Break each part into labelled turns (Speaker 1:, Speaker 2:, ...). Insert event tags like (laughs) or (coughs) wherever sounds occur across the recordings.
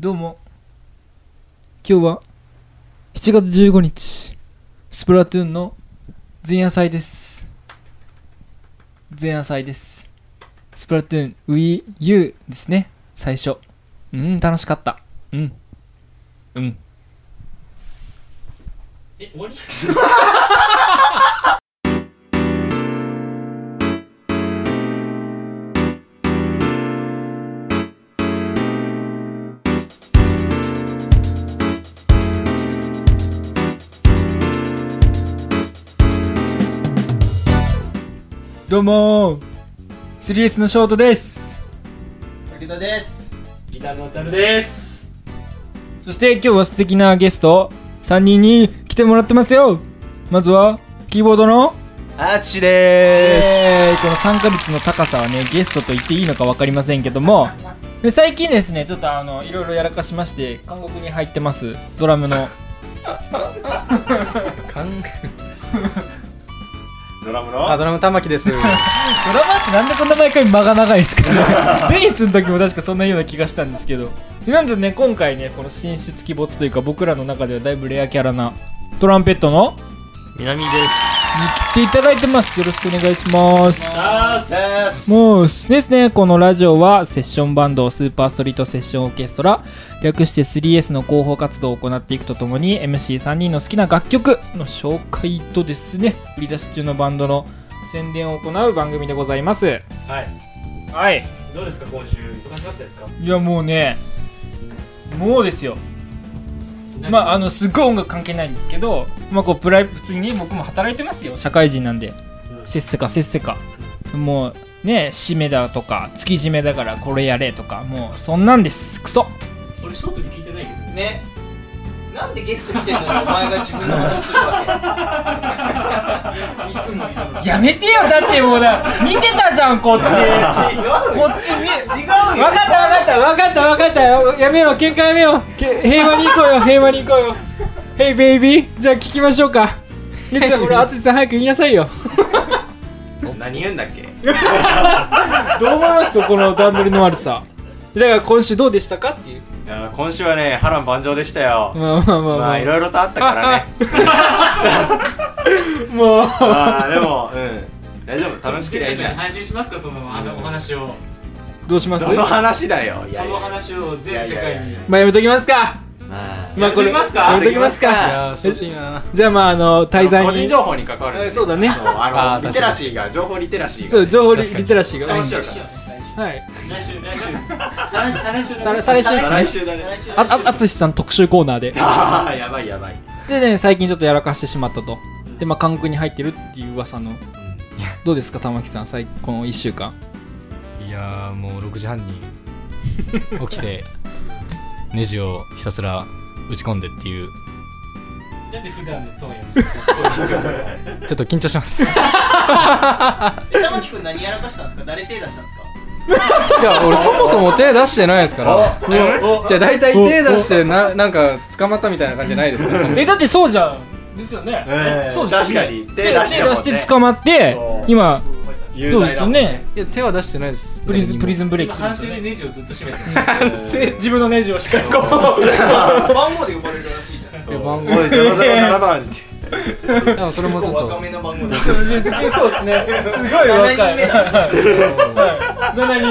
Speaker 1: どうも今日は7月15日スプラトゥーンの前夜祭です前夜祭ですスプラトゥーン WiiU ですね最初うん楽しかったうんうん
Speaker 2: え、終わり
Speaker 1: どうもー 3S のショートです
Speaker 3: 武田です
Speaker 2: ギターのタルです
Speaker 1: そして今日は素敵なゲスト3人に来てもらってますよまずはキーボードの
Speaker 3: アーチで
Speaker 1: えーこの参加率の高さはねゲストと言っていいのか分かりませんけどもで最近ですねちょっとあのいろいろやらかしまして韓国に入ってますドラムの
Speaker 2: ドラム
Speaker 4: あ
Speaker 2: の
Speaker 4: ドラム玉
Speaker 2: (laughs)
Speaker 4: 木です
Speaker 1: ドラマってなんでこんな毎回間が長いんですかねデニスの時も確かそんなような気がしたんですけどでなんとね今回ねこの神出鬼没というか僕らの中ではだいぶレアキャラなトランペットの
Speaker 4: 南です
Speaker 1: に来ていただいてますよろしくお願いします
Speaker 2: あー
Speaker 3: です
Speaker 1: もうですねこのラジオはセッションバンドスーパーストリートセッションオーケストラ略して 3S の広報活動を行っていくとともに MC3 人の好きな楽曲の紹介とですね売り出し中のバンドの宣伝を行う番組でございます
Speaker 2: はい
Speaker 1: はい
Speaker 2: どうですか今週忙しかったですか
Speaker 1: いやもうねもうですよまああのすごい音楽関係ないんですけどまあこうプライ普通に僕も働いてますよ社会人なんでせっせかせっせかもうね締めだとか月締めだからこれやれとかもうそんなんですクソ
Speaker 2: 俺ショートに聞いてないけど
Speaker 3: ねなんでゲスト来てんのにお前が自分の話するわけいつも言うの
Speaker 1: やめてよだってもうだ見てたじゃんこっちこっち
Speaker 3: 違う
Speaker 1: 見分か
Speaker 3: よ
Speaker 1: った分かった分かった分かったよやめよう喧嘩やめようけ平和に行こうよ平和に行こうよ Hey baby じゃあ聞きましょうかいつかこれ淳さん早く言いなさいよ
Speaker 3: 何言うんだっけ
Speaker 1: どう思いますかこの段取りの悪さだから今週どうでしたかっていう
Speaker 5: いや今週はね波乱万丈でしたよ、
Speaker 1: まあまあまあ
Speaker 5: まあい
Speaker 1: い
Speaker 5: ろいろとあったからね
Speaker 1: もう
Speaker 5: まあでもうん大丈夫楽しきりゃいいん
Speaker 2: に
Speaker 5: だ
Speaker 2: 配信しますかそのあのお話を
Speaker 1: どうします
Speaker 5: その話だよい
Speaker 2: そ
Speaker 5: やい
Speaker 2: の
Speaker 5: や
Speaker 2: 話を全世界に
Speaker 1: まあやめときますか
Speaker 5: まあ
Speaker 1: まあこれ
Speaker 2: やめときますか
Speaker 1: やめときます
Speaker 5: やめときますかい
Speaker 1: か
Speaker 4: あ正直な
Speaker 1: じゃあまああの滞在
Speaker 5: 個人
Speaker 1: に
Speaker 5: 情報に関わるん
Speaker 1: え
Speaker 5: で
Speaker 1: そうだね
Speaker 5: そうあ
Speaker 4: あー確
Speaker 5: の
Speaker 4: かに
Speaker 5: リテラシーが情報リテラシーが
Speaker 1: そう情報リ
Speaker 4: 確かに
Speaker 1: リテラシーが
Speaker 2: 再
Speaker 1: な
Speaker 2: 来
Speaker 1: いん
Speaker 2: 週
Speaker 1: で
Speaker 2: 来
Speaker 5: 面白い
Speaker 1: はい
Speaker 2: 週来週再来週再来週
Speaker 1: 再来再来週
Speaker 2: 再
Speaker 5: 来週だね
Speaker 2: 来週
Speaker 1: ああ淳さん特集コーナーで
Speaker 5: ああやばいやばい
Speaker 1: でね最近ちょっとやらかしてしまったとでまあ韓国に入ってるっていう噂のどうですか玉木さん最この1週間
Speaker 4: いやーもう6時半に起
Speaker 1: (laughs)
Speaker 4: きてネジをひたすら打ち込んでっていう
Speaker 2: なんで普段のトーンや
Speaker 4: ちょっと緊張しますい
Speaker 3: え玉木くん何やらかしたんですか誰手出したんですか
Speaker 4: や俺そもそも手出してないですからじゃあ大体手出してななんか捕まったみたいな感じじゃないですか
Speaker 1: えだってそうじゃんですよね
Speaker 5: えー
Speaker 1: そうです
Speaker 5: 確
Speaker 1: よ
Speaker 5: か
Speaker 1: ね
Speaker 5: に手出して
Speaker 1: 手出して捕まって
Speaker 5: そう
Speaker 1: 今
Speaker 5: 有
Speaker 1: どうで
Speaker 5: 罪
Speaker 1: す
Speaker 5: だ
Speaker 1: よ
Speaker 5: もん
Speaker 1: ね
Speaker 4: いや手は出してないです
Speaker 1: プリズンプリズンブレイク
Speaker 2: 今
Speaker 1: するん
Speaker 2: 反
Speaker 1: です
Speaker 2: 省でネジ
Speaker 1: よね
Speaker 2: をずっと閉めてる
Speaker 1: 自分のネジをしっかりこ
Speaker 4: (laughs)
Speaker 3: 番号で呼ばれるらしいじゃん
Speaker 4: いや
Speaker 5: おい
Speaker 4: 番号
Speaker 5: 007番って
Speaker 4: でもそれもち
Speaker 3: 結
Speaker 4: ょっ
Speaker 3: 構若
Speaker 4: と
Speaker 3: めの番号で
Speaker 1: うそうですねすごい
Speaker 3: 7
Speaker 1: 若
Speaker 3: 人目
Speaker 1: い
Speaker 3: だ
Speaker 1: 7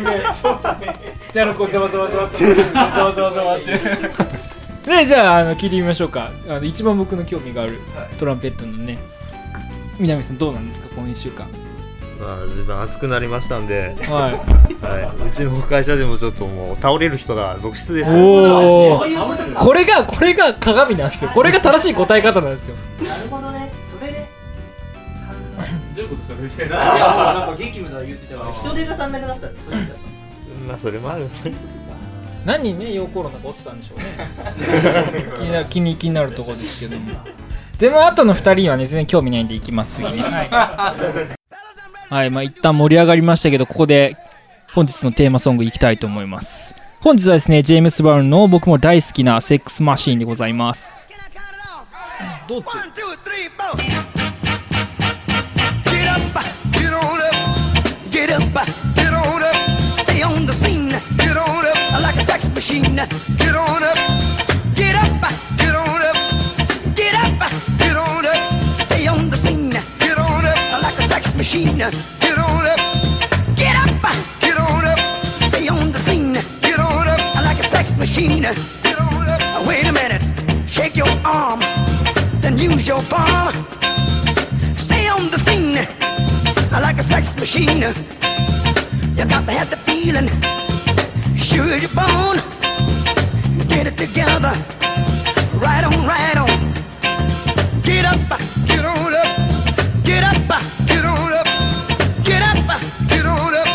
Speaker 1: 人目そうだねであの子ざわざわざわってざわざわざわってでじゃああの聞いてみましょうかあの一番僕の興味があるトランペットのね南さんどうなんですかこの1週間
Speaker 6: まあ、随分暑くなりましたんで、
Speaker 1: はい
Speaker 6: はい、うちの会社でもちょっともう倒れる人が続出ですね。
Speaker 1: おお
Speaker 3: そういうことか
Speaker 1: これがこれが鏡なんですよこれが正しい答え方なんですよ
Speaker 3: なるほどねそれで
Speaker 2: どういうことそれ
Speaker 3: いやもうなんか激務だ言ってたから人手が足んなくなったってそういうことだった
Speaker 6: まあ、それもある。
Speaker 1: 何ね溶鉱炉なんか落ちたんでしょうね (laughs) 気にな気に気になるところですけどもでも後の2人はね全然興味ないんでいきます次ねはい、はい、まあ一旦盛り上がりましたけどここで本日のテーマソングいきたいと思います本日はですねジェームス・バウンの僕も大好きな「セックス・マシーン」でございますどうぞ
Speaker 7: One, two, three, four. Get up, get on up, get up, get on up. Stay on the scene, get on up like a sex machine. Get on up, get up, get on up, get up, get on up. Stay on the scene. Get on up like a sex machine. Get on up, get up, get on up. Stay on the scene. Get on up like a sex machine. Get on up. Wait a minute. Shake your arm, then use your palm. Stay on the scene like a sex machine. You got to have the feeling. Sure you're born. Get it together. Right on, right on. Get up, get on up. Get up, get on up. Get up, get on up.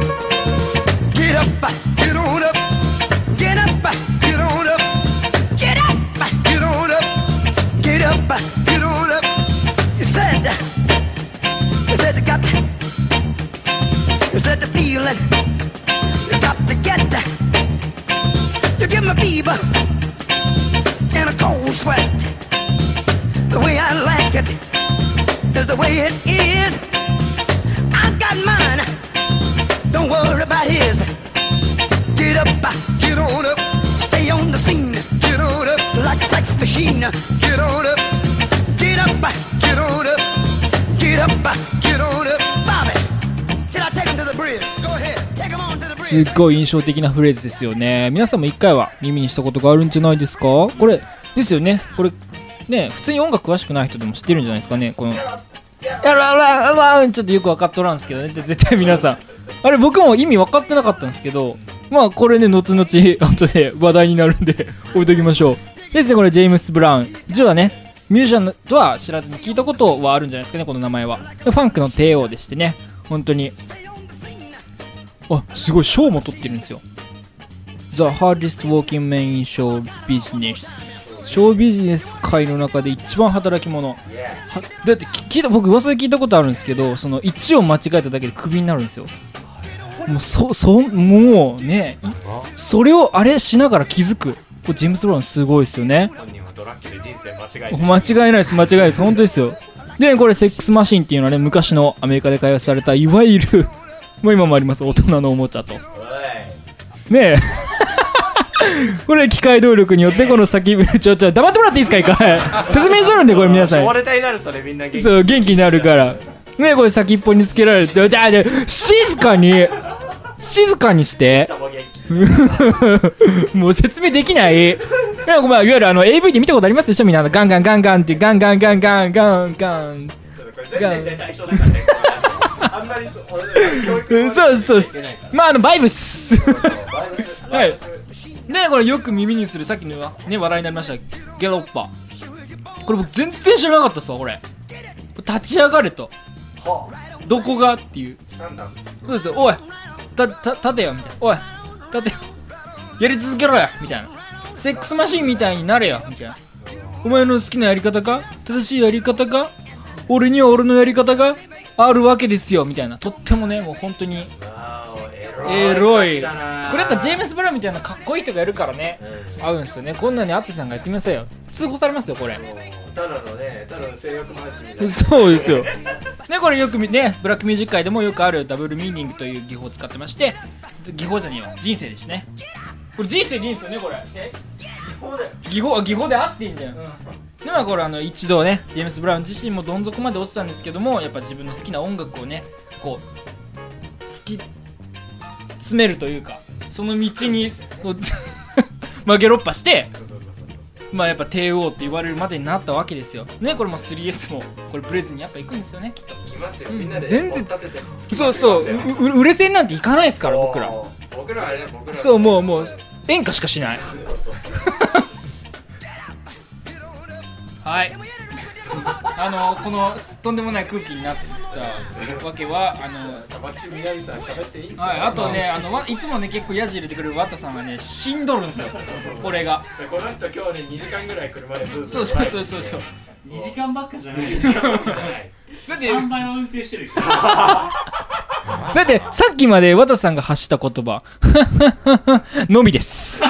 Speaker 7: Get up, get on up, get up, get on up, get up, get on up, get up, get on up. You said, you said you got, you said the feeling, you got to get, you give me fever and a cold sweat. The way I like it is the way it is. I got mine. Don't worry about his. Get up, get on up. Stay on the scene. Get on up. Like a sex machine. Get on up. Get up, get on up. Get up, get on up. Bobby, should I take him to the bridge? Go ahead, take him on to the bridge.
Speaker 1: すっごい印象的なフレーズですよね皆さんも一回は耳にしたことがあるんじゃないですかこれですよねこれね普通に音楽詳しくない人でも知ってるんじゃないですかねこのやららららちょっとよく分かっとらんすけどね絶対皆さんあれ僕も意味分かってなかったんですけどまあこれね後々 (laughs) 後で話題になるんで (laughs) 置いときましょうですねこれジェームス・ブラウン銃はねミュージシャンとは知らずに聞いたことはあるんじゃないですかねこの名前はファンクの帝王でしてね本当にあすごい賞も取ってるんですよ The hardest working man in show business ショービジネス界の中で一番働き者はだってき聞いた僕噂で聞いたことあるんですけどその1を間違えただけでクビになるんですよもうそそもうねいそれをあれしながら気づくこれジェームス・ブラウンすごいですよね
Speaker 6: 本人はドラッキーで人生間違えて
Speaker 1: 間違いないです間違いないです本当ですよでこれセックスマシンっていうのはね昔のアメリカで開発されたいわゆる (laughs) もう今もあります大人のおもちゃとねえ (laughs) これ機械動力によってこの先 (laughs) ちょちょ黙ってもらっていいですか一回 (laughs) 説明しとるんでこれ皆さん
Speaker 5: 壊れたになるとねみんな元気
Speaker 1: そう元気になるからねこれ先っぽにつけられてじゃあね静かに静かにして (laughs)
Speaker 5: 下も元気
Speaker 1: もう説明できない。なんかまあ、いわゆるあの AV で見たことありますでしょみんなあのガンガンガンガンってガンガンガンガンガンガン。
Speaker 5: これ全年齢対象だからねあんまりそう俺ら教育
Speaker 1: うんそうそうそうまああのバイブス。 (laughs) はい。ねこれよく耳にするさっきのはね笑いになりましたゲロッパ。これ僕全然知らなかったっすわこれ。立ち上がれと。どこがっていう。
Speaker 5: なんだ
Speaker 1: そうですよおいたた立てよみたいなおい立てよやり続けろよみたいなセックスマシンみたいになれよみたいなお前の好きなやり方か正しいやり方か俺には俺のやり方があるわけですよみたいなとってもねもう本当に
Speaker 5: わーおエ
Speaker 1: エロ
Speaker 5: ロ
Speaker 1: いこれ
Speaker 5: だな
Speaker 1: やっぱジェームス・ブラウンみたいなかっこいい人がやるからね合うんですよねこんなに淳さんがやってみなさいよ通報されますよこれ
Speaker 5: ただのねただの性欲マシンみたいな
Speaker 1: そうですよ。ね、これよくみね、ブラックミュージック界でもよくあるダブルミーニングという技法を使ってまして、技法じゃねえわ、人生ですね。これ人生でいいんですよね、これ。技法、技法であっていいんだよ。でまあこれあの一度ねジェームス・ブラウン自身もどん底まで落ちたんですけどもやっぱ自分の好きな音楽をねこう突き詰めるというかその道にこう (laughs) まあゲロッパしてまあやっぱ帝王って言われるまでになったわけですよねこれも 3S もこれブレずにやっぱ行くんですよねきっと
Speaker 5: 来ますよ
Speaker 1: うん
Speaker 5: みんなで
Speaker 1: 全然
Speaker 5: 追っ立ててつつき
Speaker 1: そうそう
Speaker 5: ますよ
Speaker 1: うう売れ線なんて行かないですから僕ら
Speaker 5: おー僕らはね僕ら
Speaker 1: そう
Speaker 5: う
Speaker 1: もうもう演歌しかしない (laughs) はいあのこのとんでもない空気になったわけはあの
Speaker 5: 玉木みなみさん喋っていいんすよ
Speaker 1: はい、あとねあのわいつもね結構ヤジ入れてくれるワタさんはねしんどるんですよこれが
Speaker 5: でこの人今日ね2時間ぐらい車でブーブー
Speaker 1: そうそうそうそうそう
Speaker 2: 2時間ばっかじゃない
Speaker 5: バイクしてない
Speaker 1: (laughs) だって
Speaker 2: 3倍は運転してるよ
Speaker 1: だってさっきまで和田さんが発した言葉 (laughs) のみです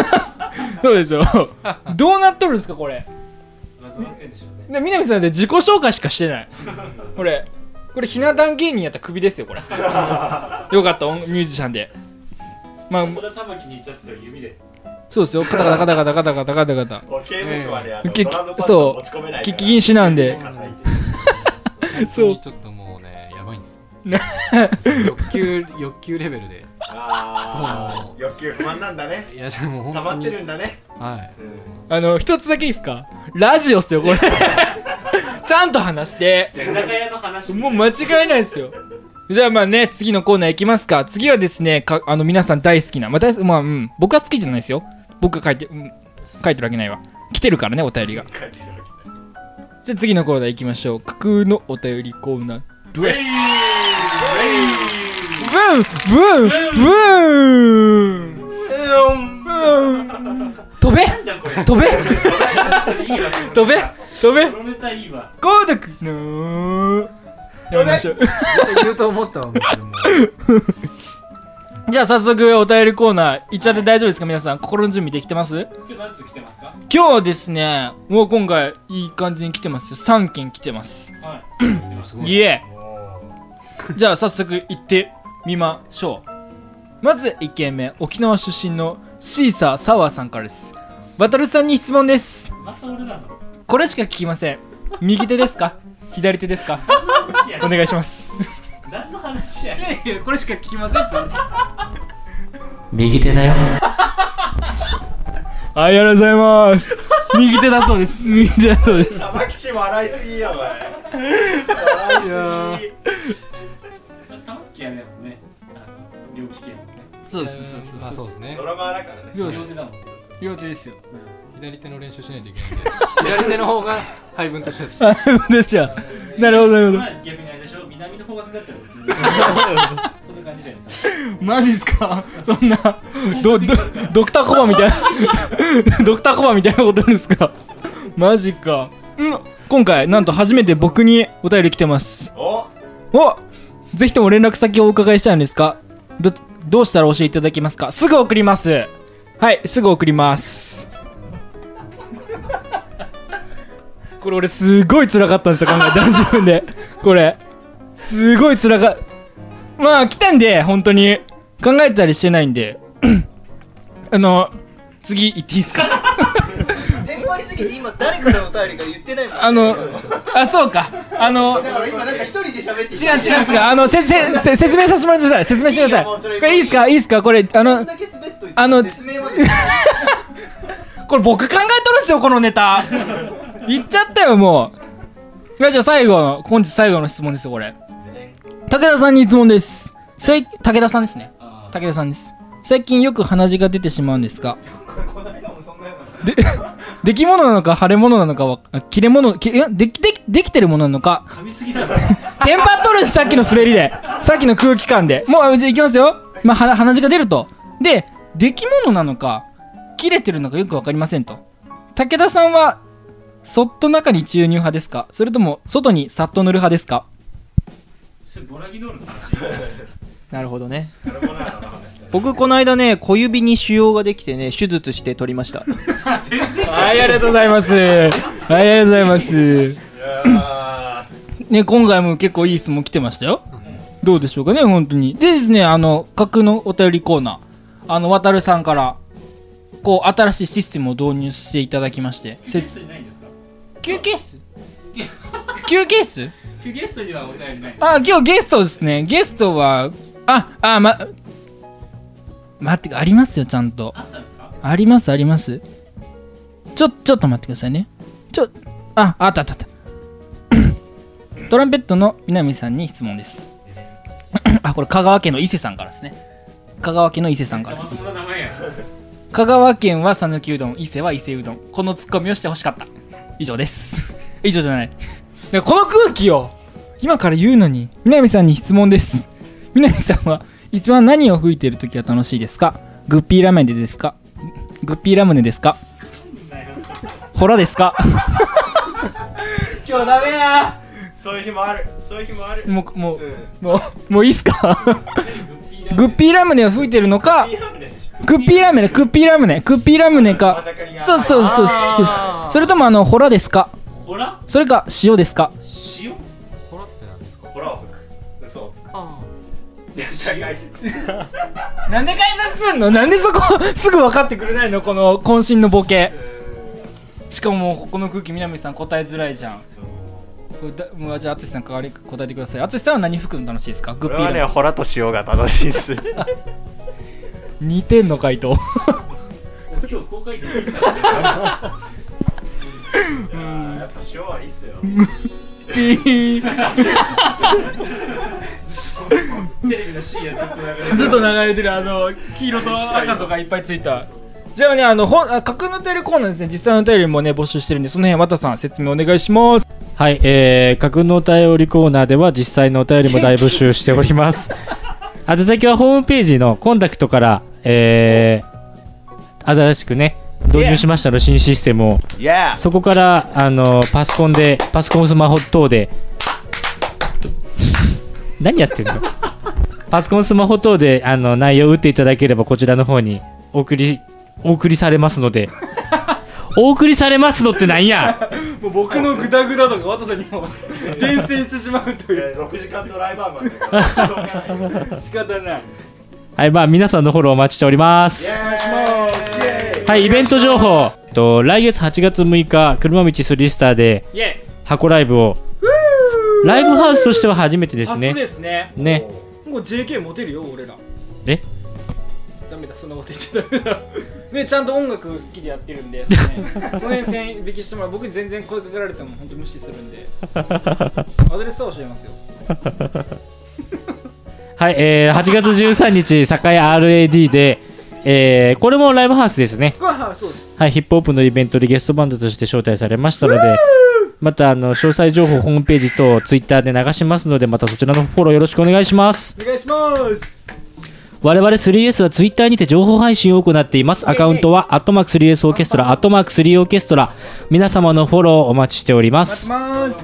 Speaker 1: (laughs) そうですよどうなっとるんですかこれ
Speaker 2: まあどうなってんでしょうね
Speaker 1: で南さんだって自己紹介しかしてないこれこれひな壇芸人やったらクビですよこれよかった音ミュージシャンでまあ
Speaker 2: それは玉木に至っては指で
Speaker 1: そうですよカタカタカタカタカタカタカタカタ
Speaker 5: 俺刑務所はね、あ
Speaker 1: う
Speaker 5: の
Speaker 1: んき
Speaker 5: ドラムパッ
Speaker 1: そう
Speaker 5: ド持ち込めない
Speaker 1: 聞き禁止なんで
Speaker 4: そ
Speaker 1: そう
Speaker 4: うちょっともうねやばいんですよ欲求欲求レベルで
Speaker 5: ああ欲求不満なんだね
Speaker 4: いやじゃあも
Speaker 5: 溜
Speaker 4: う本当
Speaker 5: まっ
Speaker 4: に
Speaker 5: てるんだね
Speaker 4: はい
Speaker 1: あの一つだけいいですかラジオっすよこれ (laughs) ちゃんと話して
Speaker 2: 居酒屋の話
Speaker 1: もう間違いないですよ。じゃあまあね、次のコーナー行きますか。次はですね、かあの皆さん大好きな、まあ大好き、まあうん、僕は好きじゃないですよ。僕が書いて、うん、書いてるわけないわ。来てるからね、お便りが。じゃあ次のコーナー行きましょう。架空のお便りコーナー。ドレスブーンブーンブーンブーン飛べ
Speaker 2: なんだこれ
Speaker 1: 飛べ
Speaker 2: いいわ
Speaker 1: 飛べ飛べ
Speaker 2: このネタいいわ
Speaker 1: コードくのやめましょう。
Speaker 4: 言うと思ったわもうこれも
Speaker 1: じゃあ早速お便りコーナー行っちゃって大丈夫ですか皆さん心の準備できてま
Speaker 2: 今
Speaker 1: す
Speaker 2: 日何通来てますか
Speaker 1: 今日はですねもう今回いい感じに来てますよ3件来てます
Speaker 2: はい来てます
Speaker 1: いえじゃあ早速行ってみましょうまず1件目沖縄出身のシーサーサワーさんからですバトルさんに質問です
Speaker 2: また俺なの
Speaker 1: これしか聞きません右手です (laughs) か左手です (laughs) か
Speaker 2: 話や
Speaker 1: お願いします
Speaker 2: 何の話やねん
Speaker 1: いやこれしか聞きませんって
Speaker 3: 右手だよ
Speaker 1: はいありがとうござい (laughs) ます右手だそうです (laughs) 右手だそうです
Speaker 5: さばきち笑いすぎやお前笑いすぎ
Speaker 2: 玉木やねんもんねあの両利きやもんね
Speaker 1: そうですそうです
Speaker 4: まあ
Speaker 1: そ
Speaker 4: そう
Speaker 1: う
Speaker 4: で
Speaker 1: です
Speaker 4: ね
Speaker 5: ドラマーだからね
Speaker 1: そう
Speaker 2: 両
Speaker 1: です
Speaker 2: 手だもんね
Speaker 1: 両手ですよ
Speaker 4: 左手の練習しないといけないんで
Speaker 1: (laughs)
Speaker 4: 左手の方が配分として
Speaker 1: あそうで (laughs) したなるほどなるほ
Speaker 2: まあ逆にあれでしょ南の方角だったら普通 (laughs) にそんな感じだよね
Speaker 1: どマジです (laughs) かそんなどどドクターコバみたいな (laughs) ドクターコバみたいなことあるんですかマジかうん今回なんと初めて僕にお便り来てます
Speaker 5: お
Speaker 1: おぜひとも連絡先をお伺いしたいんですがどどうしたら教えていただけますかすぐ送りますはいすぐ送ります (laughs) これ俺すごい辛かったんですよ考えた自分でこれすごい辛かまあ来たんで本当に考えたりしてないんで (clears throat) あの次行っていいですか
Speaker 3: テンパりすぎて今誰からのお便りか言ってないもん
Speaker 1: あのあそうかあの
Speaker 3: だから今なんか一人で喋って
Speaker 1: 違う違うんですかあのせせせ説明させてもらってください説明してくだ
Speaker 3: いいよもうそ
Speaker 1: さい
Speaker 3: れ
Speaker 1: これいいですかいいですかこれあ
Speaker 3: こん
Speaker 1: の
Speaker 3: だけ滑っといて
Speaker 1: あの
Speaker 3: 説明まで
Speaker 1: これ僕考えとるんすよこの
Speaker 3: (laughs)
Speaker 1: ネタ言っちゃったよもうじゃあ最後の本日最後の質問ですよこれ武田さんに質問ですせい武田さんですね
Speaker 2: あ
Speaker 1: 武田さんです最近よく鼻血が出てしまうんですがで (laughs) 出来物なのか腫れ物なのかはあ切れ物きいやできできできてるものなのか
Speaker 2: ー噛みすぎだろ
Speaker 1: テンパっとるんですさっきの滑りでさっきの空気感でもうじゃあいきますよまあ鼻鼻血が出るとで出来物なのか切れてるのかよく分かりませんと武田さんはそっと中に注入派ですかそれとも外にさっと塗る派ですか
Speaker 2: それボラギノールの話
Speaker 8: なるほどね
Speaker 5: カルボナーラの話だ
Speaker 8: 僕この間ね小指に腫瘍ができてね手術して取りました
Speaker 2: 全然
Speaker 1: はいありがとうございますはいありがとうございます
Speaker 5: いや
Speaker 1: ね今回も結構いい質問来てましたよ、どうでしょうかね本当にでですねあの架空のお便りコーナーあの渡るさんからこう新しいシステムを導入していただきまして
Speaker 2: ゲ
Speaker 1: せ
Speaker 2: ストにないんですか
Speaker 1: 休憩室休憩室
Speaker 2: ゲストにはお便りないです
Speaker 1: あ今日ゲストですねゲストはああま待ってありますよちゃんと
Speaker 2: あったんですか
Speaker 1: ありますありますちょちょっと待ってくださいねちょああったあったあった (coughs) トランペットの南さんに質問です (coughs) あこれ香川県の伊勢さんからですね香川県の伊勢さんからで
Speaker 2: 邪
Speaker 1: す
Speaker 2: 魔者な名前や
Speaker 1: 香川県は讃岐うどん伊勢は伊勢うどんこのツッコミをしてほしかった以上です以上じゃないいやこの空気を今から言うのに南さんに質問です南さんは一番何を吹いてる時は楽しいですかグッピーラムネですかグッピーラムネですかほらですか今日ダメや
Speaker 5: そういう日もあるそういう日もある
Speaker 1: もうも
Speaker 5: うん
Speaker 1: うもうもういいっすかグッピーラムネを吹いてるのか
Speaker 5: いいラムネでしょ
Speaker 1: クッピーラムネクッピーラムネクッピーラムネか
Speaker 5: 真ん中にあ
Speaker 1: そうそうそうそうですそれともあのホラですか
Speaker 2: ほら
Speaker 1: それか塩ですか
Speaker 2: 塩
Speaker 4: ホラって何ですか
Speaker 5: ほらを吹く嘘をつく
Speaker 2: あ
Speaker 5: 解説
Speaker 1: なんで解説すんのなんでそこすぐ分かってくれないのこの渾身のボケしかももうここの空気南さん答えづらいじゃんこれだもうじゃあ淳さん代わり答えてください淳さんは何吹くの楽しいですかグッ
Speaker 6: 俺
Speaker 1: ピー
Speaker 6: はね、
Speaker 1: ラム
Speaker 6: ホラと塩が楽しいっす。
Speaker 1: 似てんの回答
Speaker 2: ー今日公開できるか
Speaker 5: いやーやっぱ塩はいいっすよ
Speaker 1: ピー
Speaker 2: らテレビの C やずっと流れてる
Speaker 1: ずっと流れてるあの黄色と赤とかいっぱいついたじゃあねあのほんあ架空のお便りコーナーですね実際のお便りもね募集してるんでその辺綿さん説明お願いします
Speaker 9: はい、えー、架空のお便りコーナーでは実際のお便りも大募集してお
Speaker 2: (laughs)
Speaker 9: ります。宛先はホームページのコンタクトから、えー、新しくね、導入しましたの新システムを。
Speaker 6: Yeah!
Speaker 9: そこから、あの、パソコンで、パソコンスマホ等で、 (laughs) 何やってんのパソコンスマホ等で、あの、内容を打っていただければ、こちらの方に、お送り、お送りされますの
Speaker 1: (laughs)
Speaker 9: で、お送りされますのってなんや
Speaker 1: もう僕のグダグダとか綿さんにも (laughs) 伝染してしまうという
Speaker 5: 6時間ドライバーマンだからしょうがないよ
Speaker 1: 仕方ない
Speaker 9: はい、まあ、皆さんのフォローお待ちしております。はい、イベント情報、えっと、来月8月6日、車道スリースターで
Speaker 1: イエ
Speaker 9: 箱ライブを、ライブハウスとしては初めてです
Speaker 1: 初
Speaker 9: ね。
Speaker 1: ですね
Speaker 9: ね、
Speaker 1: もう JK モテるよ俺ら
Speaker 9: え
Speaker 1: ダメだそんなこと言っちゃダメだねちゃんと音楽好きでやってるんでその
Speaker 9: (laughs)
Speaker 1: 辺その辺線引きしてもらう僕全然声かけられても本当無視するん
Speaker 9: (laughs)
Speaker 1: でアドレスは教えますよ
Speaker 9: はい、えー、8月13
Speaker 1: (laughs)
Speaker 9: 日、堺 RAD で、えー、これもライブハウスですね。
Speaker 1: これはそうです
Speaker 9: はい、ヒップホップのイベントでゲストバンドとして招待されましたので、また、あの、詳細情報ホームページとツイッターで流しますので、またそちらのフォローよろしくお願いします。
Speaker 1: お願いします
Speaker 9: 我々 3S はツイッターにて情報配信を行っています。アカウントは、アットマーク 3S オーケストラ、アットマーク3オーケストラ。皆様のフォローお待ちしておりま
Speaker 1: 待って
Speaker 9: す。
Speaker 1: ます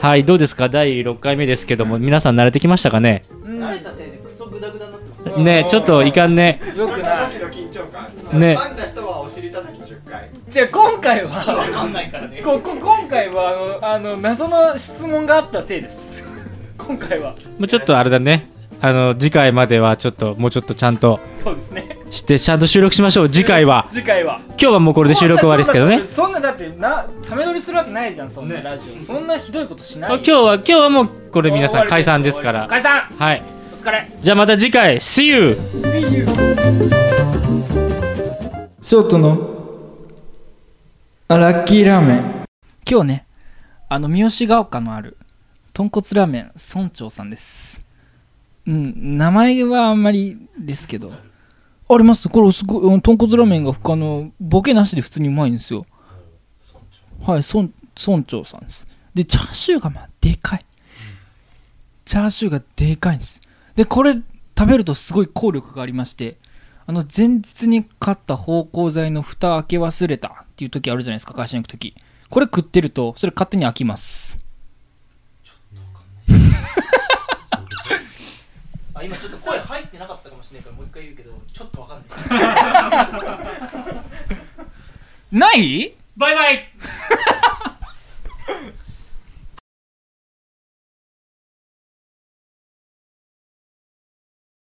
Speaker 9: はい、どうですか第6回目ですけども、皆さん慣れてきましたかね
Speaker 3: 慣れたせいでクソグダグダになってます
Speaker 9: ねえちょっといかんね。
Speaker 1: よくな
Speaker 5: さっ
Speaker 1: い
Speaker 9: (laughs)
Speaker 5: きの緊張感
Speaker 9: ね
Speaker 5: 噛んだ人はお尻叩き10回
Speaker 1: じゃあ今回は
Speaker 3: わかんないからね
Speaker 1: ここ今回はあのあの謎の質問があったせいです今回は
Speaker 9: もうちょっとあれだね。あの、次回まではちょっと、もうちょっとちゃんと
Speaker 1: そうですね
Speaker 9: して、ちゃんと収録しましょう。次回は。
Speaker 1: 次回は
Speaker 9: 今日はもうこれで収録終わりですけどね。
Speaker 1: そんなだってなため撮りするわけないじゃんそんなラジオ、そんなひどいことしない
Speaker 9: 今日は、今日はもうこれ皆さん解散ですから。
Speaker 1: 解散
Speaker 9: はい。
Speaker 1: お疲れ
Speaker 9: じゃあまた次回、See you!
Speaker 1: ショートのあラッキーラーメン今日ねあの三好が丘のある豚骨ラーメン村長さんですうん名前はあんまりですけどありますこれすごいうん豚骨ラーメンが他のボケなしで普通にうまいんですよはい村村長さんですでチャーシューがまあでかいチャーシューがでかいんですでこれ食べるとすごい効力がありましてあの前日に買った芳香剤の蓋開け忘れたっていう時あるじゃないですか会社に行く時これ食ってるとそれ勝手に開きます
Speaker 3: (laughs) あ今ちょっと声入ってなかったかもしれないからもう一回言うけどちょっとわかんない
Speaker 1: (laughs) ない
Speaker 2: バイバイ